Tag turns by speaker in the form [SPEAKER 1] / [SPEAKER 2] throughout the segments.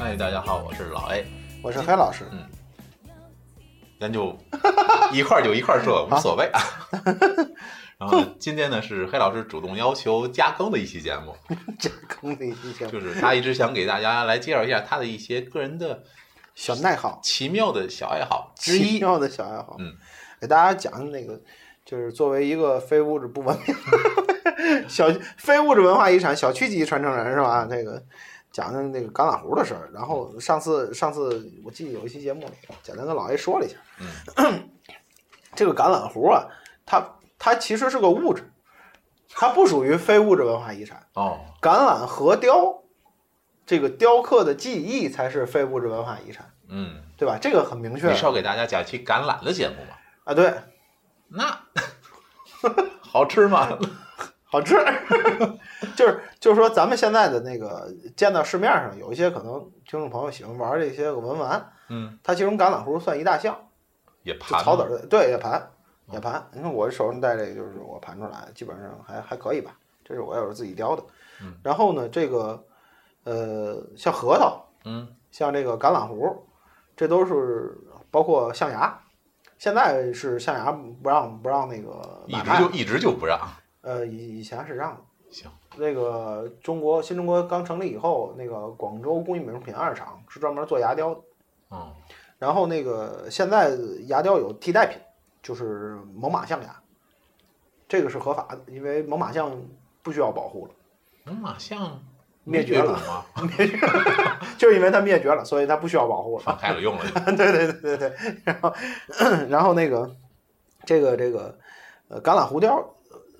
[SPEAKER 1] 哎，大家好，我是老 A，
[SPEAKER 2] 我
[SPEAKER 1] 嗯
[SPEAKER 2] 是黑老师。
[SPEAKER 1] 咱就一块儿就一块儿说，无所谓啊。 然后呢今天呢是黑老师主动要求加更的一期节目，
[SPEAKER 2] 这坑的一些
[SPEAKER 1] 就是他一直想给大家来介绍一下他的一些个人的
[SPEAKER 2] 小爱好
[SPEAKER 1] 奇妙的小爱好之
[SPEAKER 2] 奇
[SPEAKER 1] 一。
[SPEAKER 2] 妙的小爱好，
[SPEAKER 1] 嗯，
[SPEAKER 2] 给大家讲那个，就是作为一个非物质不文明 小非物质文化遗产小区级传承人是吧？这个讲的那个橄榄核的事儿。然
[SPEAKER 1] 嗯
[SPEAKER 2] 后上次上次我记得有一期节目，简单跟老 A 说了一下，
[SPEAKER 1] 嗯
[SPEAKER 2] 这个橄榄核啊，它它其实是个物质，它不属于非物质文化遗产。
[SPEAKER 1] 哦，
[SPEAKER 2] 橄榄核雕，这个雕刻的技艺才是非物质文化遗产，
[SPEAKER 1] 嗯，
[SPEAKER 2] 对吧？这个很明确
[SPEAKER 1] 你是要给大家讲一期橄榄的节目吗？
[SPEAKER 2] 啊，对，
[SPEAKER 1] 那 好吃吗？
[SPEAKER 2] 好吃，就是就是说咱们现在的那个见到市面上有一些可能听众朋友喜欢玩这些个文玩，
[SPEAKER 1] 嗯，
[SPEAKER 2] 它其中橄榄核算一大项，
[SPEAKER 1] 也
[SPEAKER 2] 就
[SPEAKER 1] 盘哦
[SPEAKER 2] 草籽儿的，对，也盘也盘。你看我手上戴这个，就是我盘出来的，基本上还还可以吧。这是我要是自己雕的。
[SPEAKER 1] 嗯
[SPEAKER 2] 然后呢，这个呃，像核桃，
[SPEAKER 1] 嗯，
[SPEAKER 2] 像这个橄榄核，这都是包括象牙。现在是象牙不让不让那个
[SPEAKER 1] 一
[SPEAKER 2] 买
[SPEAKER 1] 直
[SPEAKER 2] 卖了
[SPEAKER 1] 就，一直就不让。
[SPEAKER 2] 呃，以以前是让的。
[SPEAKER 1] 行，
[SPEAKER 2] 那个中国新中国刚成立以后，那个广州工艺美术品二厂是专门做牙雕的。
[SPEAKER 1] 哦，
[SPEAKER 2] 然后那个现在牙雕有替代品，就是猛犸象牙，这个是合法的，因为猛犸象不需要保护了，
[SPEAKER 1] 猛犸象
[SPEAKER 2] 灭绝
[SPEAKER 1] 绝
[SPEAKER 2] 了
[SPEAKER 1] 种吗？
[SPEAKER 2] 就是因为它灭绝了，所以它不需要保护了。
[SPEAKER 1] 放开了用了就。
[SPEAKER 2] 对对对对对，然后然后那个这个这个呃橄榄核雕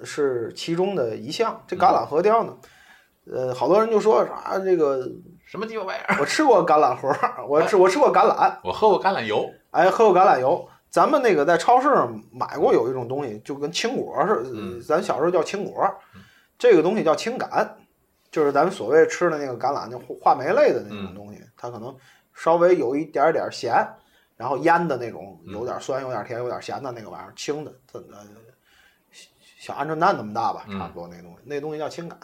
[SPEAKER 2] 是其中的一项，这橄榄核雕呢，呃，好多人就说啥这个
[SPEAKER 1] 什么鸡巴玩意儿？
[SPEAKER 2] 我吃过橄榄核，我吃我吃过橄榄，
[SPEAKER 1] 我喝过橄榄油，
[SPEAKER 2] 哎，喝过橄榄油。咱们那个在超市上买过有一种东西，就跟青果似的，
[SPEAKER 1] 嗯
[SPEAKER 2] 咱小时候叫青果，这个东西叫青橄，就是咱们所谓吃的那个橄榄，就话梅类的
[SPEAKER 1] 嗯
[SPEAKER 2] 那种东西，它可能稍微有一点点咸，然后腌的那种，
[SPEAKER 1] 嗯
[SPEAKER 2] 有点酸、有点甜、有点咸的那个玩意儿，青的，它呃小鹌鹑蛋那么大吧，
[SPEAKER 1] 嗯
[SPEAKER 2] 差不多那东西，那东西叫青橄。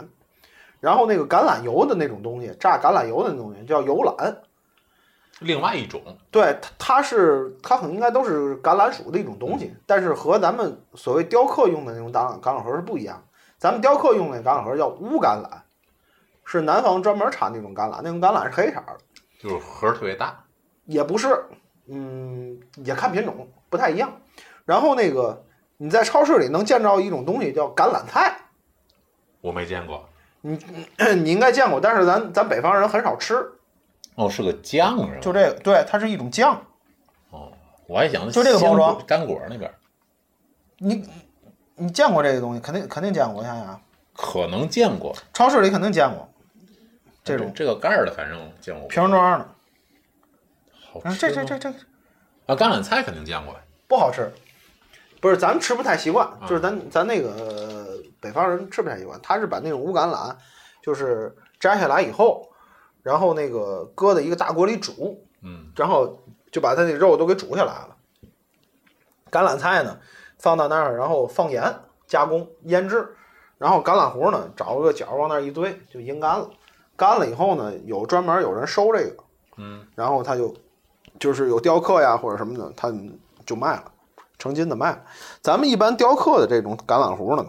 [SPEAKER 2] 然后那个橄榄油的那种东西，榨橄榄油的那种东西叫油榄，
[SPEAKER 1] 另外一种
[SPEAKER 2] 对，它它是它很应该都是橄榄属的一种东西，但是和咱们所谓雕刻用的那种橄榄橄榄核是不一样的。咱们雕刻用的那橄榄核叫乌橄榄，是南方专门产那种橄榄，那种橄榄是黑色的，
[SPEAKER 1] 就是核儿特别大，
[SPEAKER 2] 也不是，嗯，也看品种不太一样。然后那个你在超市里能见着一种东西叫橄榄菜，
[SPEAKER 1] 我没见过。
[SPEAKER 2] 你应该见过，但是咱咱北方人很少吃。
[SPEAKER 1] 哦，是个酱是吧？
[SPEAKER 2] 就这个，对，它是一种酱。
[SPEAKER 1] 哦，我还想
[SPEAKER 2] 就这个包装
[SPEAKER 1] 鲜干果那边儿
[SPEAKER 2] 你你见过这个东西？肯定肯定见过，我想啊想，
[SPEAKER 1] 可能见过
[SPEAKER 2] 超市里肯定见过这种。
[SPEAKER 1] 这个盖儿的，反正见过不
[SPEAKER 2] 瓶装的。
[SPEAKER 1] 好吃
[SPEAKER 2] 嗯
[SPEAKER 1] 吗。
[SPEAKER 2] 这这这这
[SPEAKER 1] 啊，橄榄菜肯定见过呀。
[SPEAKER 2] 不好吃，不是咱们吃不太习惯，
[SPEAKER 1] 啊
[SPEAKER 2] 就是咱咱那个呃北方人吃不太习惯，他是把那种乌橄榄就是摘下来以后，然后那个搁在一个大锅里煮，
[SPEAKER 1] 嗯，
[SPEAKER 2] 然后就把它那肉都给煮下来了。橄榄菜呢，放到那儿，然后放盐加工腌制，然后橄榄核呢，找一个角儿往那儿一堆就阴干了。干了以后呢，有专门有人收这个，
[SPEAKER 1] 嗯，
[SPEAKER 2] 然后他就就是有雕刻呀或者什么的，他就卖了，成斤的卖了。咱们一般雕刻的这种橄榄核呢，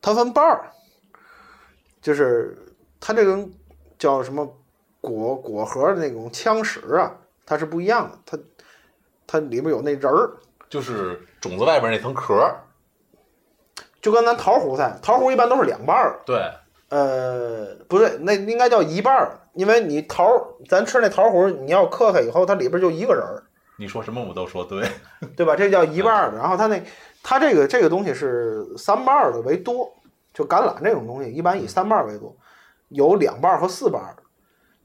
[SPEAKER 2] 它分瓣儿，就是它这种叫什么果果核的那种枪石啊，它是不一样的，它它里面有那仁儿，
[SPEAKER 1] 就是种子外边那层壳儿。
[SPEAKER 2] 就跟咱桃核菜，桃核一般都是两瓣儿，
[SPEAKER 1] 对，
[SPEAKER 2] 呃，不对，那应该叫一半儿，因为你桃咱吃那桃核，你要刻开以后，它里边就一个仁儿。
[SPEAKER 1] 你说什么我都说对。
[SPEAKER 2] 对吧？这叫一半儿的。然后它那它这个这个东西是三瓣儿的为多，就橄榄这种东西一般以三瓣儿为多，有两瓣儿和四瓣儿的，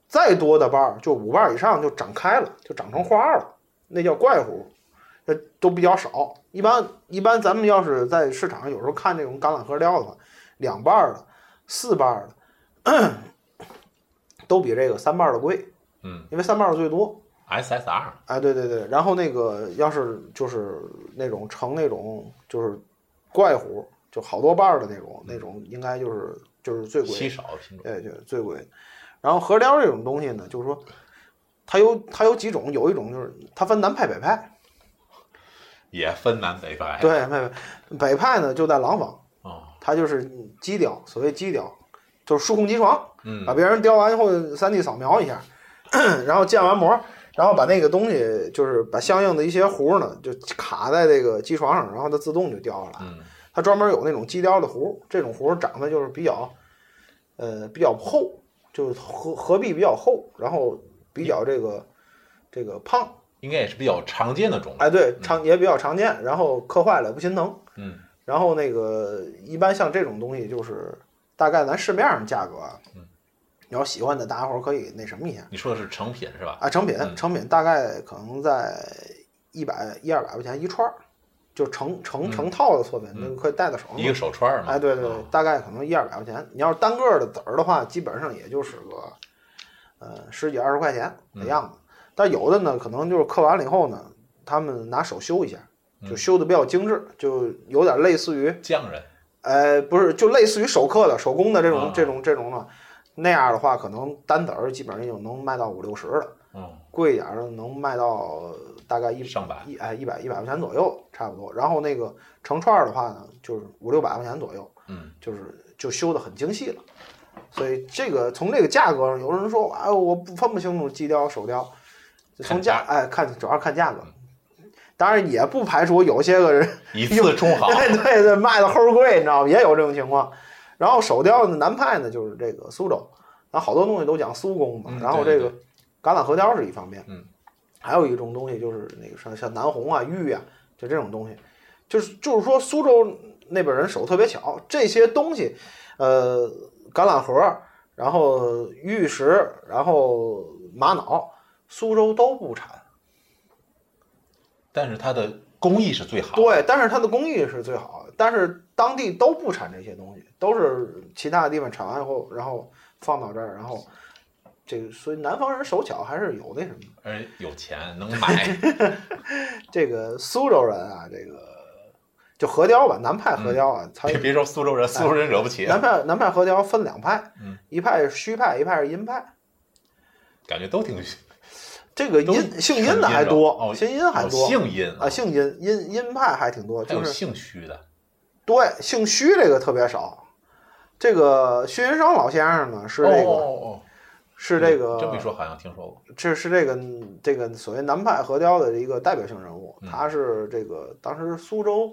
[SPEAKER 2] 再多的瓣儿就五瓣儿以上就长开了，就长成花儿了，那叫怪核，那都比较少。一般一般咱们要是在市场上有时候看这种橄榄核雕的话，两瓣儿的、四瓣儿的。 都比这个三瓣儿的贵，
[SPEAKER 1] 嗯
[SPEAKER 2] 因为三瓣儿的最多。
[SPEAKER 1] ，SSR
[SPEAKER 2] 哎，对对对，然后那个要是就是那种成那种就是怪壶，就好多瓣儿的那种，那种应该就是就是最贵
[SPEAKER 1] 稀
[SPEAKER 2] 的，
[SPEAKER 1] 少品种。
[SPEAKER 2] 对，就最贵的。然后核雕这种东西呢，就是说它有它有几种，有一种就是它分南派北派，
[SPEAKER 1] 也分南北派。
[SPEAKER 2] 对，北北派呢就在廊坊，
[SPEAKER 1] 哦，
[SPEAKER 2] 它就是机雕，所谓机雕就是数控机床，
[SPEAKER 1] 嗯
[SPEAKER 2] 把别人雕完以后 3D 扫描一下， 然后建完模，然后把那个东西就是把相应的一些弧呢就卡在这个机床上，然后它自动就雕下来。
[SPEAKER 1] 嗯
[SPEAKER 2] 它专门有那种机雕的壶，这种壶长得就是比较，呃，比较厚，就是合合壁比较厚，然后比较这个这个胖，
[SPEAKER 1] 应该也是比较常见的种类。
[SPEAKER 2] 哎，对，常也比较常见，然后磕坏了也不心疼，
[SPEAKER 1] 嗯
[SPEAKER 2] 然后那个一般像这种东西就是大概咱市面上价格啊
[SPEAKER 1] 嗯，
[SPEAKER 2] 你要喜欢的大家伙儿可以那什么一下
[SPEAKER 1] 你说的是成品是吧？
[SPEAKER 2] 啊，成品
[SPEAKER 1] 嗯
[SPEAKER 2] 成品大概可能在一百一二百块钱一串儿，就成成成套的错品，那
[SPEAKER 1] 嗯
[SPEAKER 2] 个可以戴在手上。
[SPEAKER 1] 一个手串儿嘛。
[SPEAKER 2] 哎，对对对
[SPEAKER 1] 哦，
[SPEAKER 2] 大概可能一二百块钱。你要是单个儿的子儿的话，基本上也就是个，呃，十几二十块钱
[SPEAKER 1] 嗯
[SPEAKER 2] 的样子。但有的呢，可能就是刻完了以后呢，他们拿手修一下，就
[SPEAKER 1] 嗯
[SPEAKER 2] 修的比较精致，就有点类似于，
[SPEAKER 1] 匠人。
[SPEAKER 2] 呃，不是，就类似于手刻的、手工的这种、
[SPEAKER 1] 啊
[SPEAKER 2] 这种、这种的。那样的话，可能单子儿基本上就能卖到五六十了，
[SPEAKER 1] 嗯，
[SPEAKER 2] 贵一点儿的能卖到大概一
[SPEAKER 1] 上百。
[SPEAKER 2] 一哎一百一百块钱左右，差不多。然后那个成串儿的话呢，就是五六百块钱左右。
[SPEAKER 1] 嗯，
[SPEAKER 2] 就是就修得很精细了。所以这个从这个价格上，有人说，哎，我不分不清楚机雕手雕，就从价哎看主要是看价格。当然也不排除有些个人
[SPEAKER 1] 一次充好。
[SPEAKER 2] 对 对对卖的齁贵，你知道吗？也有这种情况。然后手雕呢，南派呢就是这个苏州，那好多东西都讲苏工嘛。
[SPEAKER 1] 嗯
[SPEAKER 2] 然后
[SPEAKER 1] 对
[SPEAKER 2] 这
[SPEAKER 1] 对
[SPEAKER 2] 个橄榄核雕是一方面，
[SPEAKER 1] 嗯，
[SPEAKER 2] 还有一种东西就是那个像像南红啊、玉啊，就这种东西，就是就是说苏州那边人手特别巧，这些东西，呃，橄榄核，然后玉石，然后玛瑙，苏州都不产。
[SPEAKER 1] 但是它的工艺是最好的。
[SPEAKER 2] 对，但是它的工艺是最好的，但是当地都不产这些东西，都是其他的地方产完以后，然后放到这儿，然后这个，所以南方人手巧还是有那什么的。
[SPEAKER 1] 而且有钱能 买。
[SPEAKER 2] 这个苏州人啊，这个就核雕吧，南派核雕啊，它
[SPEAKER 1] 别别说苏州人，苏州人惹不起，
[SPEAKER 2] 哎南派南派核雕分两派，
[SPEAKER 1] 嗯
[SPEAKER 2] 一派是虚派，一派是阴派。
[SPEAKER 1] 感觉都挺
[SPEAKER 2] 这个
[SPEAKER 1] 都
[SPEAKER 2] 阴姓
[SPEAKER 1] 纯
[SPEAKER 2] 阴的还
[SPEAKER 1] 阴
[SPEAKER 2] 多，
[SPEAKER 1] 柔哦
[SPEAKER 2] 姓阴还
[SPEAKER 1] 有
[SPEAKER 2] 多
[SPEAKER 1] 姓殷
[SPEAKER 2] 啊，姓阴阴阴派还挺多，
[SPEAKER 1] 还
[SPEAKER 2] 就
[SPEAKER 1] 有
[SPEAKER 2] 是
[SPEAKER 1] 姓虚的。
[SPEAKER 2] 对，姓虚这个特别少。这个薛云生老先生呢，是
[SPEAKER 1] 哦
[SPEAKER 2] 这个、
[SPEAKER 1] 哦哦，
[SPEAKER 2] 是这个
[SPEAKER 1] 这么一说好像听说过。
[SPEAKER 2] 这是这个这个所谓南派核雕的一个代表性人物，
[SPEAKER 1] 嗯
[SPEAKER 2] 他是这个当时苏州，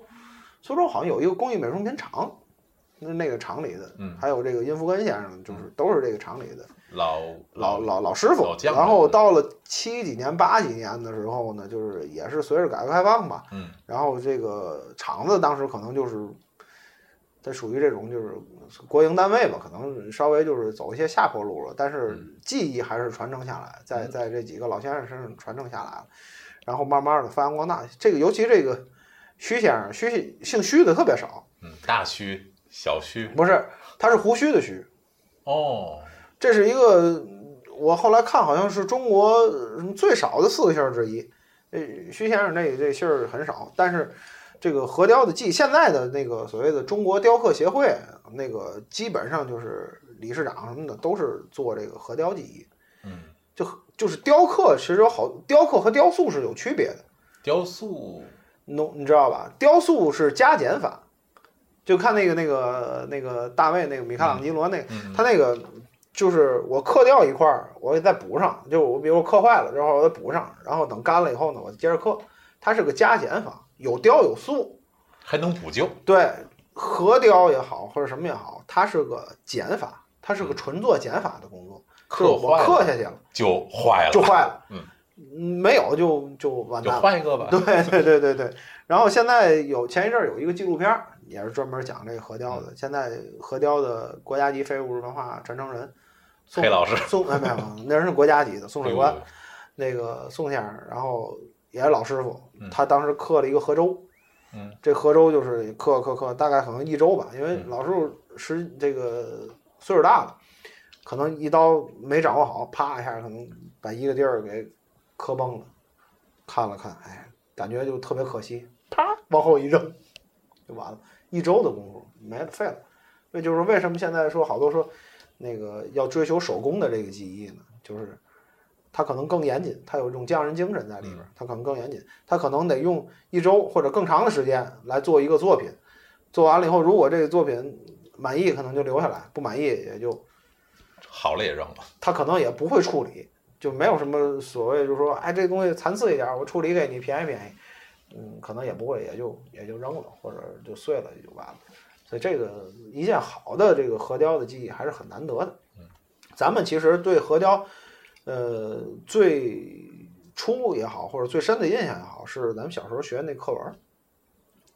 [SPEAKER 2] 苏州好像有一个工艺美术品厂，那那个厂里的，
[SPEAKER 1] 嗯
[SPEAKER 2] 还有这个殷福根先生，就是都是这个厂里的
[SPEAKER 1] 老
[SPEAKER 2] 老老老师傅
[SPEAKER 1] 老。匠人
[SPEAKER 2] 然后到了七几年八几年的时候呢，就是也是随着改革开放吧，
[SPEAKER 1] 嗯
[SPEAKER 2] 然后这个厂子当时可能就是，它属于这种就是国营单位吧，可能稍微就是走一些下坡路了，但是技艺还是传承下来，在在这几个老先生身上传承下来了，然后慢慢的发扬光大。这个尤其这个徐先生，徐姓徐的特别少，
[SPEAKER 1] 嗯，大虚小虚
[SPEAKER 2] 不是，他是胡须的须，
[SPEAKER 1] 哦，
[SPEAKER 2] 这是一个我后来看好像是中国呃最少的四个姓儿之一。呃，徐先生这这姓儿很少，但是这个核雕的技，现在的那个所谓的中国雕刻协会，那个基本上就是理事长什么的都是做这个核雕技艺，
[SPEAKER 1] 嗯，
[SPEAKER 2] 就就是雕刻其实有好，雕刻和雕塑是有区别的。
[SPEAKER 1] 雕塑
[SPEAKER 2] 弄你知道吧？雕塑是加减法，就看那个那个那个大卫那个米开
[SPEAKER 1] 嗯
[SPEAKER 2] 朗基罗那个，他那个就是我刻掉一块儿，我给再补上，就是我比如我刻坏了之后我再补上，然后等干了以后呢，我接着刻，它是个加减法，有雕有塑，
[SPEAKER 1] 还能补救，
[SPEAKER 2] 对，核雕也好或者什么也好，它是个减法，它是个纯做减法的工作，就是
[SPEAKER 1] 嗯刻
[SPEAKER 2] 我
[SPEAKER 1] 坏
[SPEAKER 2] 刻
[SPEAKER 1] 了
[SPEAKER 2] 下去了
[SPEAKER 1] 就坏了，
[SPEAKER 2] 就坏了，啊
[SPEAKER 1] 嗯
[SPEAKER 2] 没有就就完
[SPEAKER 1] 就
[SPEAKER 2] 蛋了。
[SPEAKER 1] 换一个吧。
[SPEAKER 2] 对对对对对。然后现在有前一阵儿有一个纪录片儿，也是专门讲这个
[SPEAKER 1] 嗯
[SPEAKER 2] 核雕的。现在核雕的国家级非物质文化传承人宋
[SPEAKER 1] 黑老师，
[SPEAKER 2] 宋哎没有，那人是国家级的宋水官
[SPEAKER 1] 哎，呦
[SPEAKER 2] 那个宋先生，然后也是老师傅
[SPEAKER 1] 嗯，
[SPEAKER 2] 他当时刻了一个河州。
[SPEAKER 1] 嗯，
[SPEAKER 2] 这河州就是刻刻刻，大概可能一周吧，因为
[SPEAKER 1] 嗯
[SPEAKER 2] 老师傅时这个岁数大了，可能一刀没掌握好，啪一下可能把一个地儿给磕崩了。看了看，哎，感觉就特别可惜，啪 往后一扔，就完了，一周的功夫没了，废了。这就是为什么现在说好多说那个要追求手工的这个技艺呢，就是他可能更严谨，他有一种匠人精神在里边儿，他可能更严谨，他可能得用一周或者更长的时间来做一个作品，做完了以后，如果这个作品满意，可能就留下来；不满意也就
[SPEAKER 1] 好了也扔了。
[SPEAKER 2] 他可能也不会处理，就没有什么所谓，就是说，哎，这东西残次一点儿，我处理给你便宜便宜，嗯，可能也不会，也就也就扔了，或者就碎了，也就完了。所以这个一件好的这个核雕的技艺还是很难得的。咱们其实对核雕，呃，最初也好，或者最深的印象也好，是咱们小时候学那课文《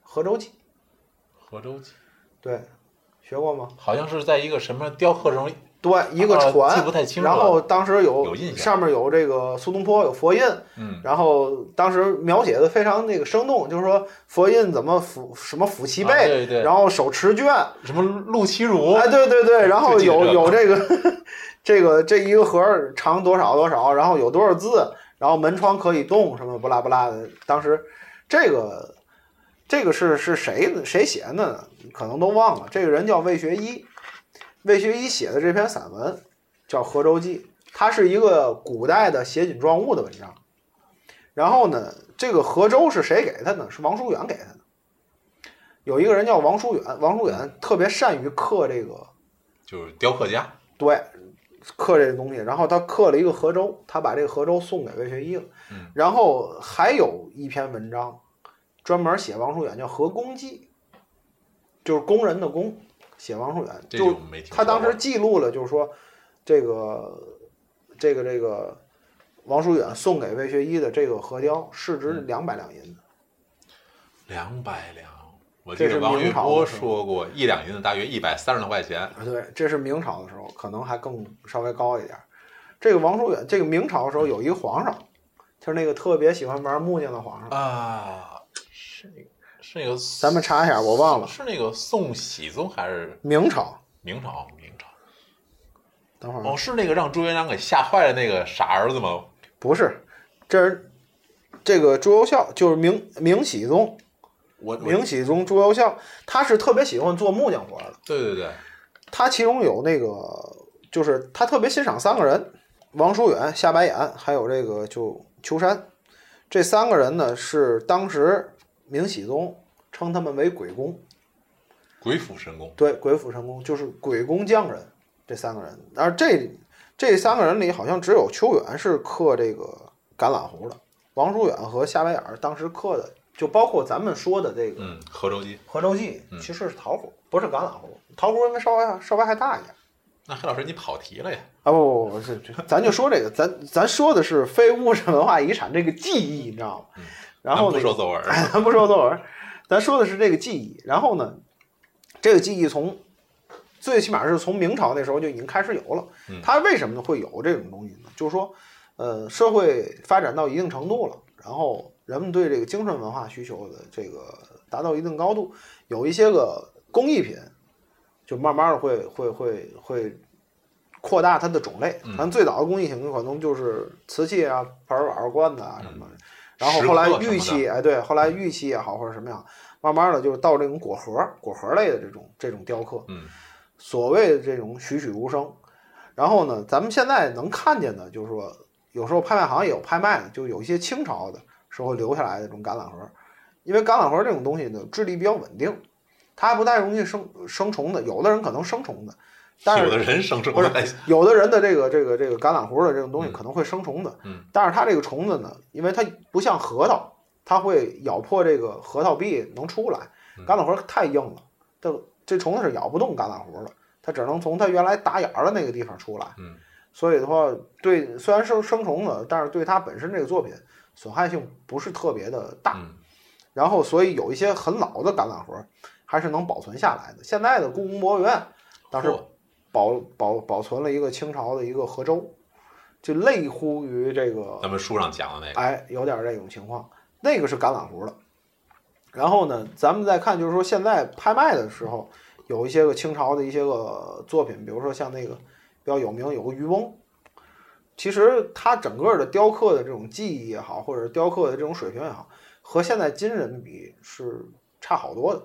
[SPEAKER 2] 河州记》，
[SPEAKER 1] 河州记
[SPEAKER 2] 对，学过吗？
[SPEAKER 1] 好像是在一个什么雕刻中，
[SPEAKER 2] 对，一个
[SPEAKER 1] 啊
[SPEAKER 2] 船，
[SPEAKER 1] 记不太清楚
[SPEAKER 2] 然
[SPEAKER 1] 了
[SPEAKER 2] 后当时有
[SPEAKER 1] 有印象
[SPEAKER 2] 上面有这个苏东坡有佛印，
[SPEAKER 1] 嗯，
[SPEAKER 2] 然后当时描写的非常那个生动，就是说佛印怎么抚什么抚其背，
[SPEAKER 1] 啊对对哦
[SPEAKER 2] 然后手持卷，
[SPEAKER 1] 什么陆其儒，
[SPEAKER 2] 哎，对对对，然后
[SPEAKER 1] 就记得
[SPEAKER 2] 有
[SPEAKER 1] 这个
[SPEAKER 2] 有这个这个这一个盒儿长多少多少，然后有多少字，然后门窗可以动什么不拉不拉的，当时这个这个是是谁谁写的呢？可能都忘了，这个人叫魏学医，魏学医写的这篇散文叫《河州记》，它是一个古代的写景状物的文章。然后呢，这个河州是谁给他呢？是王叔远给他的。有一个人叫王叔远，王叔远特别善于刻这个，
[SPEAKER 1] 就是雕刻家，
[SPEAKER 2] 对，刻这个东西。然后他刻了一个河州，他把这个河州送给魏学医了。
[SPEAKER 1] 嗯
[SPEAKER 2] 然后还有一篇文章，专门写王叔远叫《河工记》，就是工人的工，写王叔远
[SPEAKER 1] 这
[SPEAKER 2] 就
[SPEAKER 1] 就没听说过。
[SPEAKER 2] 他当时记录了，就是说这个这个这个王叔远送给魏学医的这个河雕，市值
[SPEAKER 1] 嗯
[SPEAKER 2] 两百两银子。
[SPEAKER 1] 两百两，我
[SPEAKER 2] 这
[SPEAKER 1] 记
[SPEAKER 2] 是
[SPEAKER 1] 得王
[SPEAKER 2] 明
[SPEAKER 1] 玉
[SPEAKER 2] 朝的
[SPEAKER 1] 波
[SPEAKER 2] 时候
[SPEAKER 1] 说过，一两银子大约一百三十多块钱。
[SPEAKER 2] 啊对，这是明朝的时候，可能还更稍微高一点儿。这个王叔远，这个明朝的时候有一个皇上，就是那个特别喜欢玩木匠的皇上，
[SPEAKER 1] 啊，是那个是那个，
[SPEAKER 2] 嗯咱们查一下，我忘了。
[SPEAKER 1] 是那个宋僖宗还是
[SPEAKER 2] 明朝，
[SPEAKER 1] 明朝？明朝
[SPEAKER 2] 等会儿、
[SPEAKER 1] 哦，是那个让朱元璋给吓坏了那个傻儿子吗？
[SPEAKER 2] 不是，这是这个朱由校，就是明明熹宗，
[SPEAKER 1] 我我
[SPEAKER 2] 明熹宗朱由校，他是特别喜欢做木匠活的。
[SPEAKER 1] 对对对，
[SPEAKER 2] 他其中有那个，就是他特别欣赏三个人，王叔远、夏白眼，还有这个就秋山，这三个人呢是当时明熹宗称他们为鬼工，
[SPEAKER 1] 鬼斧神工。
[SPEAKER 2] 对，鬼斧神工就是鬼工匠人这三个人，而这这三个人里好像只有秋远是刻这个橄榄核的，王叔远和夏白眼儿当时刻的，就包括咱们说的这个
[SPEAKER 1] 嗯，河州鸡。
[SPEAKER 2] 《河州记》，
[SPEAKER 1] 嗯
[SPEAKER 2] 其实是桃核，不是橄榄核，桃核因为稍微稍微还大一点。
[SPEAKER 1] 那黑老师你跑题了呀？
[SPEAKER 2] 啊不不不，这这咱就说这个，咱咱说的是非物质文化遗产这个记忆，你知道吗？然后
[SPEAKER 1] 嗯咱
[SPEAKER 2] 呢
[SPEAKER 1] 不，说作文儿，
[SPEAKER 2] 哎，咱不说作文，咱说的是这个记忆。然后呢，这个记忆从最起码是从明朝那时候就已经开始有了
[SPEAKER 1] 嗯。
[SPEAKER 2] 它为什么会有这种东西呢？就是说，呃，社会发展到一定程度了，然后人们对这个精神文化需求的这个达到一定高度，有一些个工艺品就慢慢的会会会会扩大它的种类。
[SPEAKER 1] 嗯
[SPEAKER 2] 咱最早的工艺品可能就是瓷器啊、盆儿碗儿、罐子啊什么的。然后
[SPEAKER 1] 嗯石
[SPEAKER 2] 后来
[SPEAKER 1] 刻什么的
[SPEAKER 2] 玉器，哎，对，后来玉器也好或者什么样，慢慢的就是到这种果核、果核类的这种这种雕刻，
[SPEAKER 1] 嗯，
[SPEAKER 2] 所谓的这种栩栩如生。然后呢，咱们现在能看见的，就是说有时候拍卖行也有拍卖的，就有一些清朝的时候留下来的这种橄榄核，因为橄榄核这种东西呢，质地比较稳定，它还不太容易生生虫的。有的人可能生虫的， 但
[SPEAKER 1] 有
[SPEAKER 2] 是
[SPEAKER 1] 的人生生
[SPEAKER 2] 不是
[SPEAKER 1] 不太
[SPEAKER 2] 有的人的这个这个这个橄榄核的这种东西可能会生虫子，
[SPEAKER 1] 嗯，
[SPEAKER 2] 但是它这个虫子呢，因为它不像核桃，它会咬破这个核桃壁能出来，
[SPEAKER 1] 嗯
[SPEAKER 2] 橄榄核太硬了，这这虫子是咬不动橄榄核的，它只能从它原来打眼儿的那个地方出来，
[SPEAKER 1] 嗯，
[SPEAKER 2] 所以的话，对虽然生生虫子，但是对它本身这个作品损害性不是特别的大，
[SPEAKER 1] 嗯
[SPEAKER 2] 然后所以有一些很老的橄榄核还是能保存下来的，现在的故宫博物院当时
[SPEAKER 1] 嚯
[SPEAKER 2] 保保保存了一个清朝的一个河州，就类乎于这个，
[SPEAKER 1] 咱们书上讲的那个，
[SPEAKER 2] 哎，有点这种情况，那个是橄榄核的。然后呢，咱们再看，就是说现在拍卖的时候，有一些个清朝的一些个作品，比如说像那个比较有名有个渔翁，其实它整个的雕刻的这种技艺也好，或者雕刻的这种水平也好，和现在金人比是差好多的。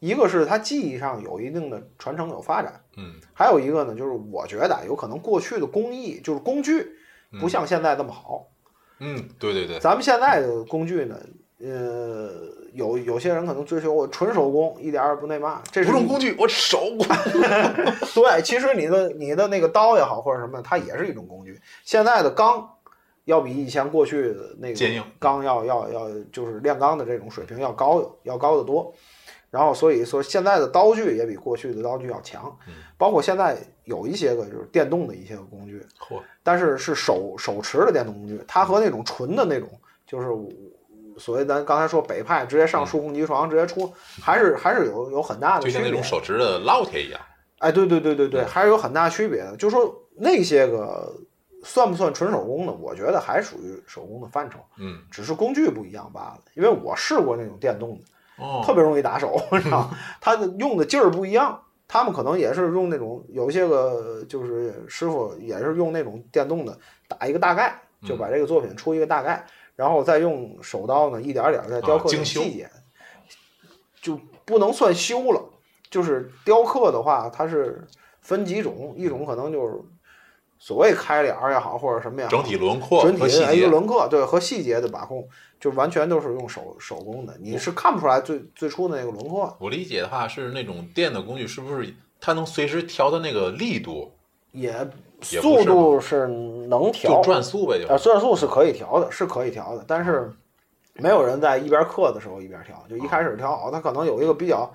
[SPEAKER 2] 一个是它技艺上有一定的传承有发展，
[SPEAKER 1] 嗯
[SPEAKER 2] 还有一个呢，就是我觉得啊有可能过去的工艺就是工具
[SPEAKER 1] 嗯
[SPEAKER 2] 不像现在那么好，
[SPEAKER 1] 嗯，对对对，
[SPEAKER 2] 咱们现在的工具呢，呃，有有些人可能追求我纯手工，一点儿也不那嘛，这是
[SPEAKER 1] 不用工具，我手工。
[SPEAKER 2] 对，其实你的你的那个刀也好或者什么，它也是一种工具。现在的钢要比以前过去的那个
[SPEAKER 1] 坚硬
[SPEAKER 2] 钢要要要就是炼钢的这种水平要高要高得多。然后所以说现在的刀具也比过去的刀具要强
[SPEAKER 1] 嗯，
[SPEAKER 2] 包括现在有一些个就是电动的一些个工具，
[SPEAKER 1] 嚯，
[SPEAKER 2] 但是是手手持的电动工具，它和那种纯的那种，就是我所谓咱刚才说北派直接上数控机床直接出，还是还是有有很大的
[SPEAKER 1] 嗯就
[SPEAKER 2] 区
[SPEAKER 1] 像
[SPEAKER 2] 别。
[SPEAKER 1] 那种手持的烙铁一样。
[SPEAKER 2] 哎，对对对对对，
[SPEAKER 1] 嗯
[SPEAKER 2] 还是有很大区别的。就说那些个算不算纯手工呢？我觉得还属于手工的范畴，
[SPEAKER 1] 嗯，
[SPEAKER 2] 只是工具不一样罢了。因为我试过那种电动的，
[SPEAKER 1] 哦，嗯
[SPEAKER 2] 特别容易 打手，你知道吗，它的用的劲儿不一样。他们可能也是用那种有一些个就是师傅也是用那种电动的打一个大概，
[SPEAKER 1] 嗯
[SPEAKER 2] 就把这个作品出一个大概，然后再用手刀呢一点儿点儿再雕
[SPEAKER 1] 啊
[SPEAKER 2] 刻这
[SPEAKER 1] 精
[SPEAKER 2] 个
[SPEAKER 1] 修
[SPEAKER 2] 细节，就不能算修了。就是雕刻的话，它是分几种，一种可能就是所谓开脸儿也好，或者什么也好，
[SPEAKER 1] 整体轮廓
[SPEAKER 2] 整
[SPEAKER 1] 和
[SPEAKER 2] 体
[SPEAKER 1] 细
[SPEAKER 2] 的一个
[SPEAKER 1] 节。
[SPEAKER 2] 轮廓，对和细节的把控，就完全都是用手手工的，你是看不出来最最初的那个轮廓。
[SPEAKER 1] 我理解的话是那种电的工具，是不是它能随时调的那个力度，
[SPEAKER 2] 也
[SPEAKER 1] 也
[SPEAKER 2] 速
[SPEAKER 1] 不是
[SPEAKER 2] 度是能调
[SPEAKER 1] 就，转速呗，就
[SPEAKER 2] 呃，转速是可以调的，是可以调的，但是没有人在一边刻的时候一边调，就一开始调好，它可能有一个比较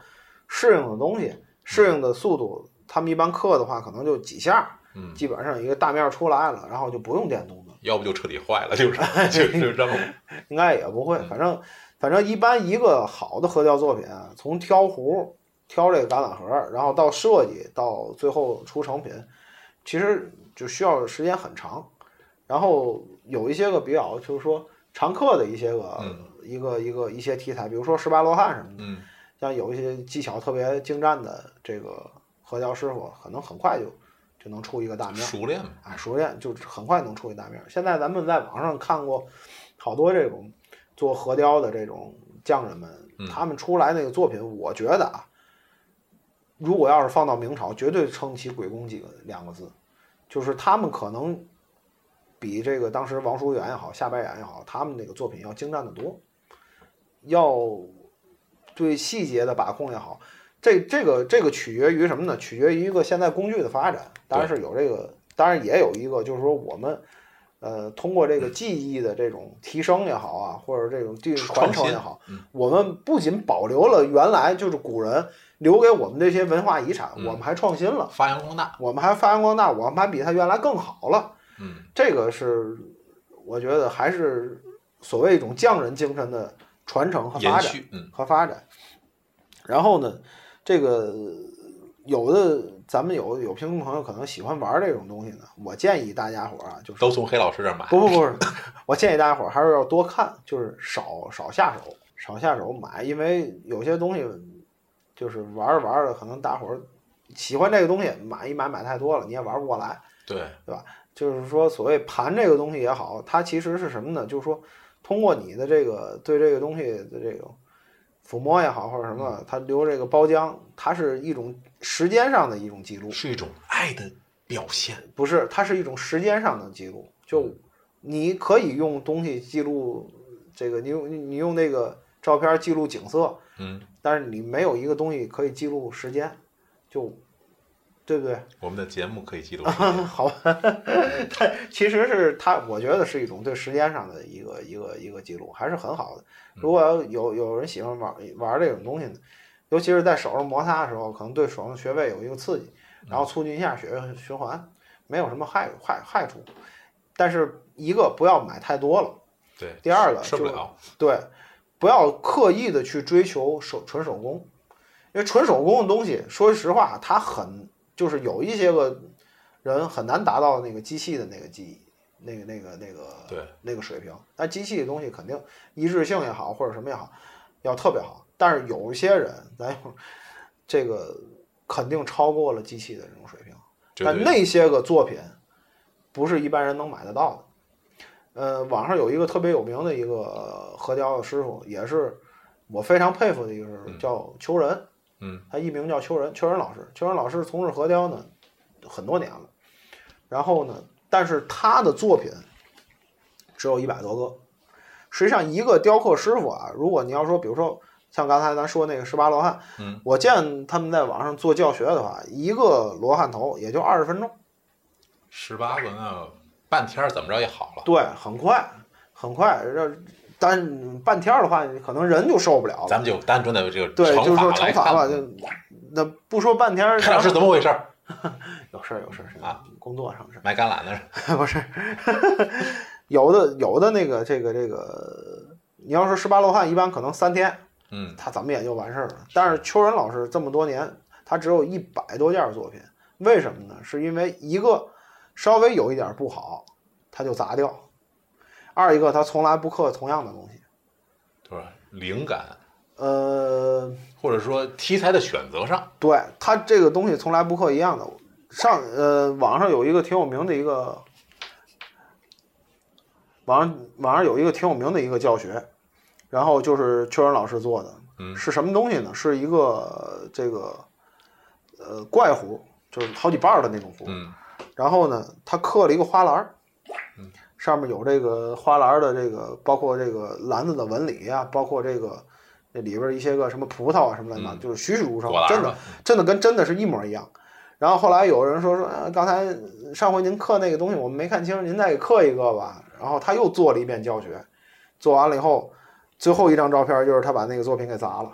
[SPEAKER 2] 适应的东西，适应的速度，他们一般刻的话可能就几下，
[SPEAKER 1] 嗯，
[SPEAKER 2] 基本上一个大面出来了，然后就不用电动的了。
[SPEAKER 1] 要不就彻底坏了，就是 就是就是这么。
[SPEAKER 2] 应该也不会，反正反正一般一个好的核雕作品啊，从挑壶、挑这个橄榄核，然后到设计，到最后出成品，其实就需要时间很长。然后有一些个比较就是说常客的一些个、
[SPEAKER 1] 嗯
[SPEAKER 2] 一个一个一些题材，比如说十八罗汉什么的，
[SPEAKER 1] 嗯
[SPEAKER 2] 像有一些技巧特别精湛的这个核雕师傅，可能很快就就能出一个大面。
[SPEAKER 1] 熟练嘛，
[SPEAKER 2] 啊，熟练就很快能出一大面儿。现在咱们在网上看过好多这种做核雕的这种匠人们
[SPEAKER 1] 嗯，
[SPEAKER 2] 他们出来那个作品，我觉得啊，如果要是放到明朝，绝对撑起“鬼工”几个两个字。就是他们可能比这个当时王叔元也好，夏白岩也好，他们那个作品要精湛得多，要对细节的把控也好。这这个这个取决于什么呢？取决于一个现在工具的发展，当然是有这个，当然也有一个，就是说我们，呃，通过这个技艺的这种提升也好啊，或者这种技艺传承也好，
[SPEAKER 1] 嗯
[SPEAKER 2] 我们不仅保留了原来就是古人留给我们这些文化遗产，
[SPEAKER 1] 嗯
[SPEAKER 2] 我们还创新了，
[SPEAKER 1] 发扬光大。
[SPEAKER 2] 我们还发扬光大，我们还比它原来更好了。
[SPEAKER 1] 嗯，
[SPEAKER 2] 这个是我觉得还是所谓一种匠人精神的传承和发
[SPEAKER 1] 延
[SPEAKER 2] 展
[SPEAKER 1] 续。嗯
[SPEAKER 2] 和发展。然后呢，这个呃有的咱们有有听众朋友可能喜欢玩这种东西呢，我建议大家伙儿啊，就是
[SPEAKER 1] 都从黑老师这儿买。
[SPEAKER 2] 不不不是，我建议大家伙儿还是要多看，就是少少下手，少下手买，因为有些东西就是玩着玩着，可能大伙儿喜欢这个东西，买一买买太多了，你也玩不过来。
[SPEAKER 1] 对，
[SPEAKER 2] 就是说，所谓盘这个东西也好，它其实是什么呢？就是说，通过你的这个对这个东西的这种抚摸也好，或者什么，它留这个包浆，它是一种时间上的一种记录，
[SPEAKER 1] 是一种爱的表现。
[SPEAKER 2] 不是，它是一种时间上的记录。就你可以用东西记录这个，你用你用那个照片记录景色，
[SPEAKER 1] 嗯，
[SPEAKER 2] 但是你没有一个东西可以记录时间，就对不对？
[SPEAKER 1] 我们的节目可以记录。
[SPEAKER 2] 好吧，它其实是它，我觉得是一种对时间上的一个一个一个记录，还是很好的。
[SPEAKER 1] 嗯
[SPEAKER 2] 如果要有有人喜欢玩玩这种东西呢，尤其是在手上摩擦的时候，可能对手上的穴位有一个刺激，
[SPEAKER 1] 嗯
[SPEAKER 2] 然后促进一下血液循环，没有什么害害害处。但是一个不要买太多了，
[SPEAKER 1] 对，
[SPEAKER 2] 第二个
[SPEAKER 1] 受不
[SPEAKER 2] 就
[SPEAKER 1] 了。
[SPEAKER 2] 对，不要刻意的去追求手纯手工，因为纯手工的东西，说实话，它很就是有一些个人很难达到那个机器的那个技艺，那个那个那个
[SPEAKER 1] 对
[SPEAKER 2] 那个水平。但机器的东西肯定一致性也好，或者什么也好，要特别好。但是有一些人，咱一会儿这个肯定超过了机器的这种水平。
[SPEAKER 1] 绝
[SPEAKER 2] 但
[SPEAKER 1] 对
[SPEAKER 2] 那些个作品不是一般人能买得到的。呃，网上有一个特别有名的一个呃核雕的师傅，也是我非常佩服的一个师傅，
[SPEAKER 1] 嗯
[SPEAKER 2] 叫丘仁。
[SPEAKER 1] 嗯，
[SPEAKER 2] 他艺名叫邱仁，邱仁老师，邱仁老师从事河雕呢很多年了，然后呢，但是他的作品只有一百多个。实际上，一个雕刻师傅啊，如果你要说，比如说像刚才咱说那个十八罗汉，
[SPEAKER 1] 嗯，
[SPEAKER 2] 我见他们在网上做教学的话，一个罗汉头也就二十分钟，
[SPEAKER 1] 十八个那半天儿怎么着也好了，
[SPEAKER 2] 对，很快，很快。让但半天儿的话，可能人就受不了了。
[SPEAKER 1] 咱们就单纯的这个
[SPEAKER 2] 对，就是说
[SPEAKER 1] 惩
[SPEAKER 2] 惩
[SPEAKER 1] 罚
[SPEAKER 2] 罚吧，
[SPEAKER 1] 了。
[SPEAKER 2] 就那不说半天 儿，
[SPEAKER 1] 看老师怎么回事儿？
[SPEAKER 2] 有事儿有事儿是
[SPEAKER 1] 啊，
[SPEAKER 2] 工作上的事
[SPEAKER 1] 买橄榄的是？
[SPEAKER 2] 儿 不是，有的有的那个这个这个，你要说十八罗汉，一般可能三天，
[SPEAKER 1] 嗯，
[SPEAKER 2] 他怎么也就完事儿了。但是邱仁老师这么多年，他只有一百多件作品，为什么呢？是因为一个稍微有一点不好，他就砸掉；二一个他从来不刻同样的东西。
[SPEAKER 1] 就是灵感，
[SPEAKER 2] 呃，
[SPEAKER 1] 或者说题材的选择上，
[SPEAKER 2] 对他这个东西从来不刻一样的。上呃，网上有一个挺有名的一个，网上网上有一个挺有名的一个教学，然后就是邱仁老师做的，
[SPEAKER 1] 嗯
[SPEAKER 2] 是什么东西呢？是一个呃这个呃怪壶，就是好几瓣儿的那种壶，
[SPEAKER 1] 嗯
[SPEAKER 2] 然后呢，他刻了一个花篮儿
[SPEAKER 1] 嗯，
[SPEAKER 2] 上面有这个花篮儿的这个，包括这个篮子的纹理啊，包括这个这里边儿一些个什么葡萄啊什么乱七八糟，
[SPEAKER 1] 嗯
[SPEAKER 2] 就是栩栩如生
[SPEAKER 1] 果，篮
[SPEAKER 2] 真
[SPEAKER 1] 儿
[SPEAKER 2] 的
[SPEAKER 1] 吧
[SPEAKER 2] 真的跟真的是一模一样。然后后来有人说说，呃刚才上回您刻那个东西我们没看清，您再给刻一个吧。然后他又做了一遍教学，做完了以后，最后一张照片就是他把那个作品给砸了。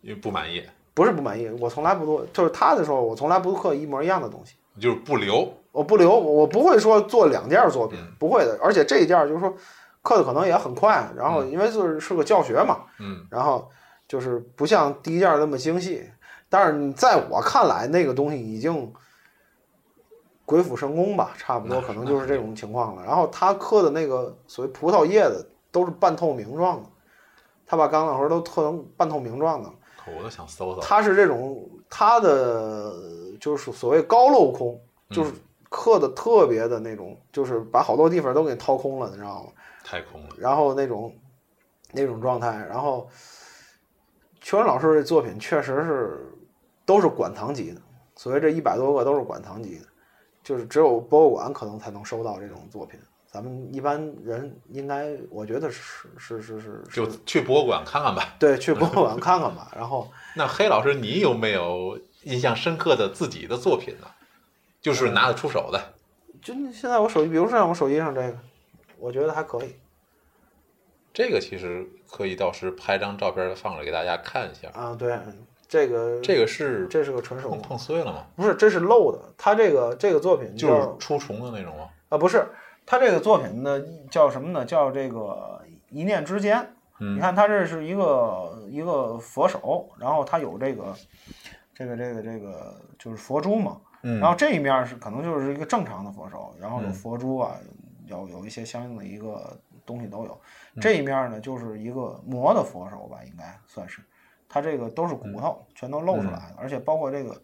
[SPEAKER 1] 因为不满意，
[SPEAKER 2] 不是不满意，我从来不做，就是他的时候，我从来不刻一模一样的东西。
[SPEAKER 1] 就是不留，
[SPEAKER 2] 我不留，我不会说做两件作品
[SPEAKER 1] 嗯，
[SPEAKER 2] 不会的。而且这一件就是说刻的可能也很快，然后因为就是是个教学嘛，
[SPEAKER 1] 嗯，
[SPEAKER 2] 然后就是不像第一件那么精细。但是你在我看来，那个东西已经鬼斧神工吧，差不多
[SPEAKER 1] 那
[SPEAKER 2] 可能就是这种情况了。然后他刻的那个所谓葡萄叶子都是半透明状的，他把橄榄核都刻成半透明状的了。
[SPEAKER 1] 可我都想搜搜，
[SPEAKER 2] 它是这种它的就是所谓高镂空，
[SPEAKER 1] 嗯
[SPEAKER 2] 就是刻的特别的那种，就是把好多地方都给你掏空了，你知道吗？
[SPEAKER 1] 太空了，
[SPEAKER 2] 然后那种那种状态，然后邱文老师这作品确实是都是馆藏级的，所谓这一百多个都是馆藏级的，就是只有博物馆可能才能收到这种作品。咱们一般人应该，我觉得是是是是是，
[SPEAKER 1] 就去博物馆看看吧。
[SPEAKER 2] 对去博物馆看看吧。然后
[SPEAKER 1] 那黑老师，你有没有印象深刻的自己的作品呢？就是拿得出手的，
[SPEAKER 2] 就你现在我手机，比如说像我手机上这个，我觉得还可以
[SPEAKER 1] 这个其实可以到时拍张照片放出来给大家看一下。
[SPEAKER 2] 啊。对，这个
[SPEAKER 1] 这个是
[SPEAKER 2] 这是个纯手
[SPEAKER 1] 碰
[SPEAKER 2] 工，
[SPEAKER 1] 碰碎了吗？
[SPEAKER 2] 不是，这是漏的。它这个这个作品
[SPEAKER 1] 就
[SPEAKER 2] 叫
[SPEAKER 1] 是出虫的那种吗？
[SPEAKER 2] 啊，不是，它这个作品呢叫什么呢？叫这个一念之间。你
[SPEAKER 1] 嗯
[SPEAKER 2] 看，它这是一个一个佛手，然后它有这个这个这个这个就是佛珠嘛。
[SPEAKER 1] 嗯
[SPEAKER 2] 然后这一面是可能就是一个正常的佛手，然后有佛珠啊，有有一些相应的一个东西都有。
[SPEAKER 1] 嗯
[SPEAKER 2] 这一面呢就是一个磨的佛手吧，应该算是，它这个都是骨
[SPEAKER 1] 嗯
[SPEAKER 2] 头，全都露出来的，而且包括这个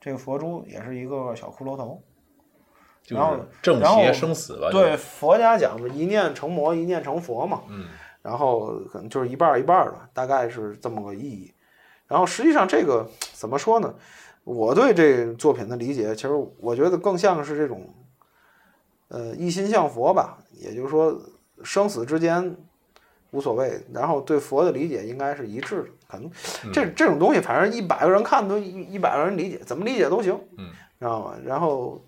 [SPEAKER 2] 这个佛珠也是一个小骷髅头。
[SPEAKER 1] 就
[SPEAKER 2] 然后
[SPEAKER 1] 是正
[SPEAKER 2] 然后
[SPEAKER 1] 邪生死吧。
[SPEAKER 2] 对，佛家讲是一念成魔，一念成佛嘛，
[SPEAKER 1] 嗯，
[SPEAKER 2] 然后可能就是一半儿一半儿吧，大概是这么个意义。然后实际上这个怎么说呢？我对这作品的理解，其实我觉得更像是这种，呃，一心向佛吧，也就是说生死之间无所谓。然后对佛的理解应该是一致的，可能
[SPEAKER 1] 嗯
[SPEAKER 2] 这这种东西，反正一百个人看都一一百个人理解，怎么理解都行，
[SPEAKER 1] 嗯，
[SPEAKER 2] 知道吗？然后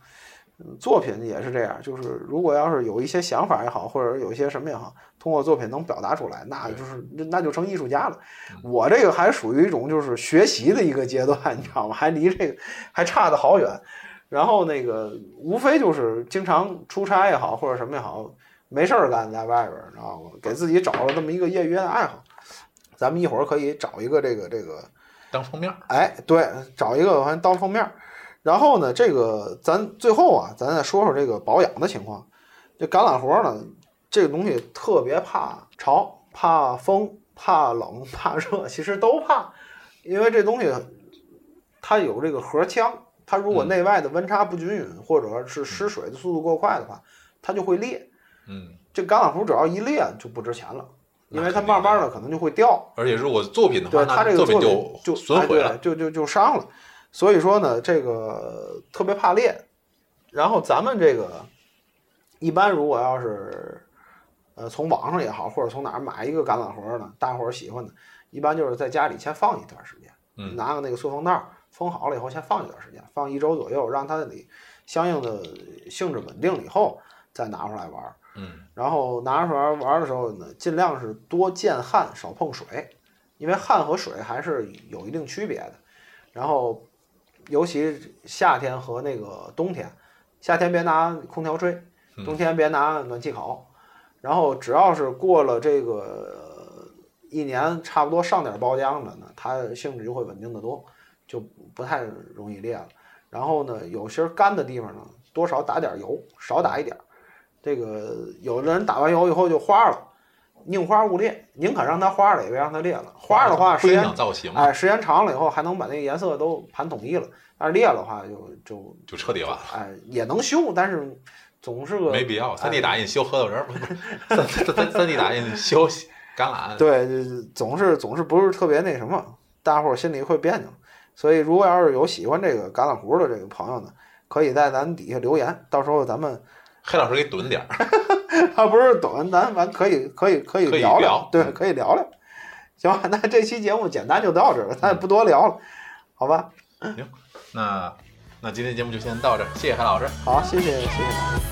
[SPEAKER 2] 嗯作品也是这样，就是如果要是有一些想法也好，或者有一些什么也好，通过作品能表达出来，那就是那那就成艺术家了。我这个还属于一种就是学习的一个阶段，你知道吗？还离这个还差得好远。然后那个无非就是经常出差也好，或者什么也好，没事儿干在外边儿，你知道吗？给自己找了这么一个业余的爱好。咱们一会儿可以找一个这个这个，
[SPEAKER 1] 当封面儿。
[SPEAKER 2] 哎，对，找一个反正当封面儿。然后呢，这个咱最后啊，咱再说说这个保养的情况。这橄榄核呢，这个东西特别怕潮、怕风、怕冷、怕热，其实都怕，因为这东西它有这个核腔，它如果
[SPEAKER 1] 嗯
[SPEAKER 2] 内外的温差不均匀，或者是失水的速度过快的话，它就会裂。
[SPEAKER 1] 嗯
[SPEAKER 2] 这橄榄核只要一裂就不值钱了，因为它慢慢
[SPEAKER 1] 的，
[SPEAKER 2] 的可能就会掉，
[SPEAKER 1] 而且如果作品的话，
[SPEAKER 2] 对它
[SPEAKER 1] 那
[SPEAKER 2] 这个
[SPEAKER 1] 作品
[SPEAKER 2] 品就
[SPEAKER 1] 损毁
[SPEAKER 2] 哎
[SPEAKER 1] 了。
[SPEAKER 2] 对就就就伤了。所以说呢，这个特别怕裂。然后咱们这个一般如果要是呃从网上也好，或者从哪儿买一个橄榄核儿呢，大伙儿喜欢的，一般就是在家里先放一段时间，
[SPEAKER 1] 嗯
[SPEAKER 2] 拿个那个塑封袋儿封好了以后，先放一段时间，放一周左右，让它里相应的性质稳定了以后，再拿出来玩儿。
[SPEAKER 1] 嗯
[SPEAKER 2] 然后拿出来玩的时候呢，尽量是多见汗，少碰水，因为汗和水还是有一定区别的。然后，尤其夏天和那个冬天，夏天别拿空调吹，
[SPEAKER 1] 嗯
[SPEAKER 2] 冬天别拿暖气烤。然后，只要是过了这个呃一年，差不多上点包浆了呢，它性质就会稳定的多，就不太容易裂了。然后呢，有些干的地方呢，多少打点油，少打一点。这个有的人打完油以后就花了，宁花勿裂，宁可让它花了，也别让它裂了。花的话，
[SPEAKER 1] 不
[SPEAKER 2] 时
[SPEAKER 1] 影
[SPEAKER 2] 间
[SPEAKER 1] 响造型嘛，
[SPEAKER 2] 哎，时间长了以后还能把那个颜色都盘统一了，但是裂了的话就就
[SPEAKER 1] 就彻底完了，
[SPEAKER 2] 哎也能修，但是总是个
[SPEAKER 1] 没必要。三 D 打印修核桃仁儿，不是三三三三 D 打印修橄榄，
[SPEAKER 2] 对，就是总是总是不是特别那什么，大伙儿心里会别扭。所以如果要是有喜欢这个橄榄核的这个朋友呢，可以在咱底下留言，到时候咱们
[SPEAKER 1] 黑老师给蹲点儿。
[SPEAKER 2] 他不是抖音，咱咱可以可以可以
[SPEAKER 1] 可以
[SPEAKER 2] 聊
[SPEAKER 1] 聊嗯
[SPEAKER 2] 对，可以聊聊。行吧，那这期节目简单就到这儿了，咱也不多聊了，好吧？
[SPEAKER 1] 那那今天节目就先到这儿，谢谢黑老师。
[SPEAKER 2] 好，谢谢谢谢大家。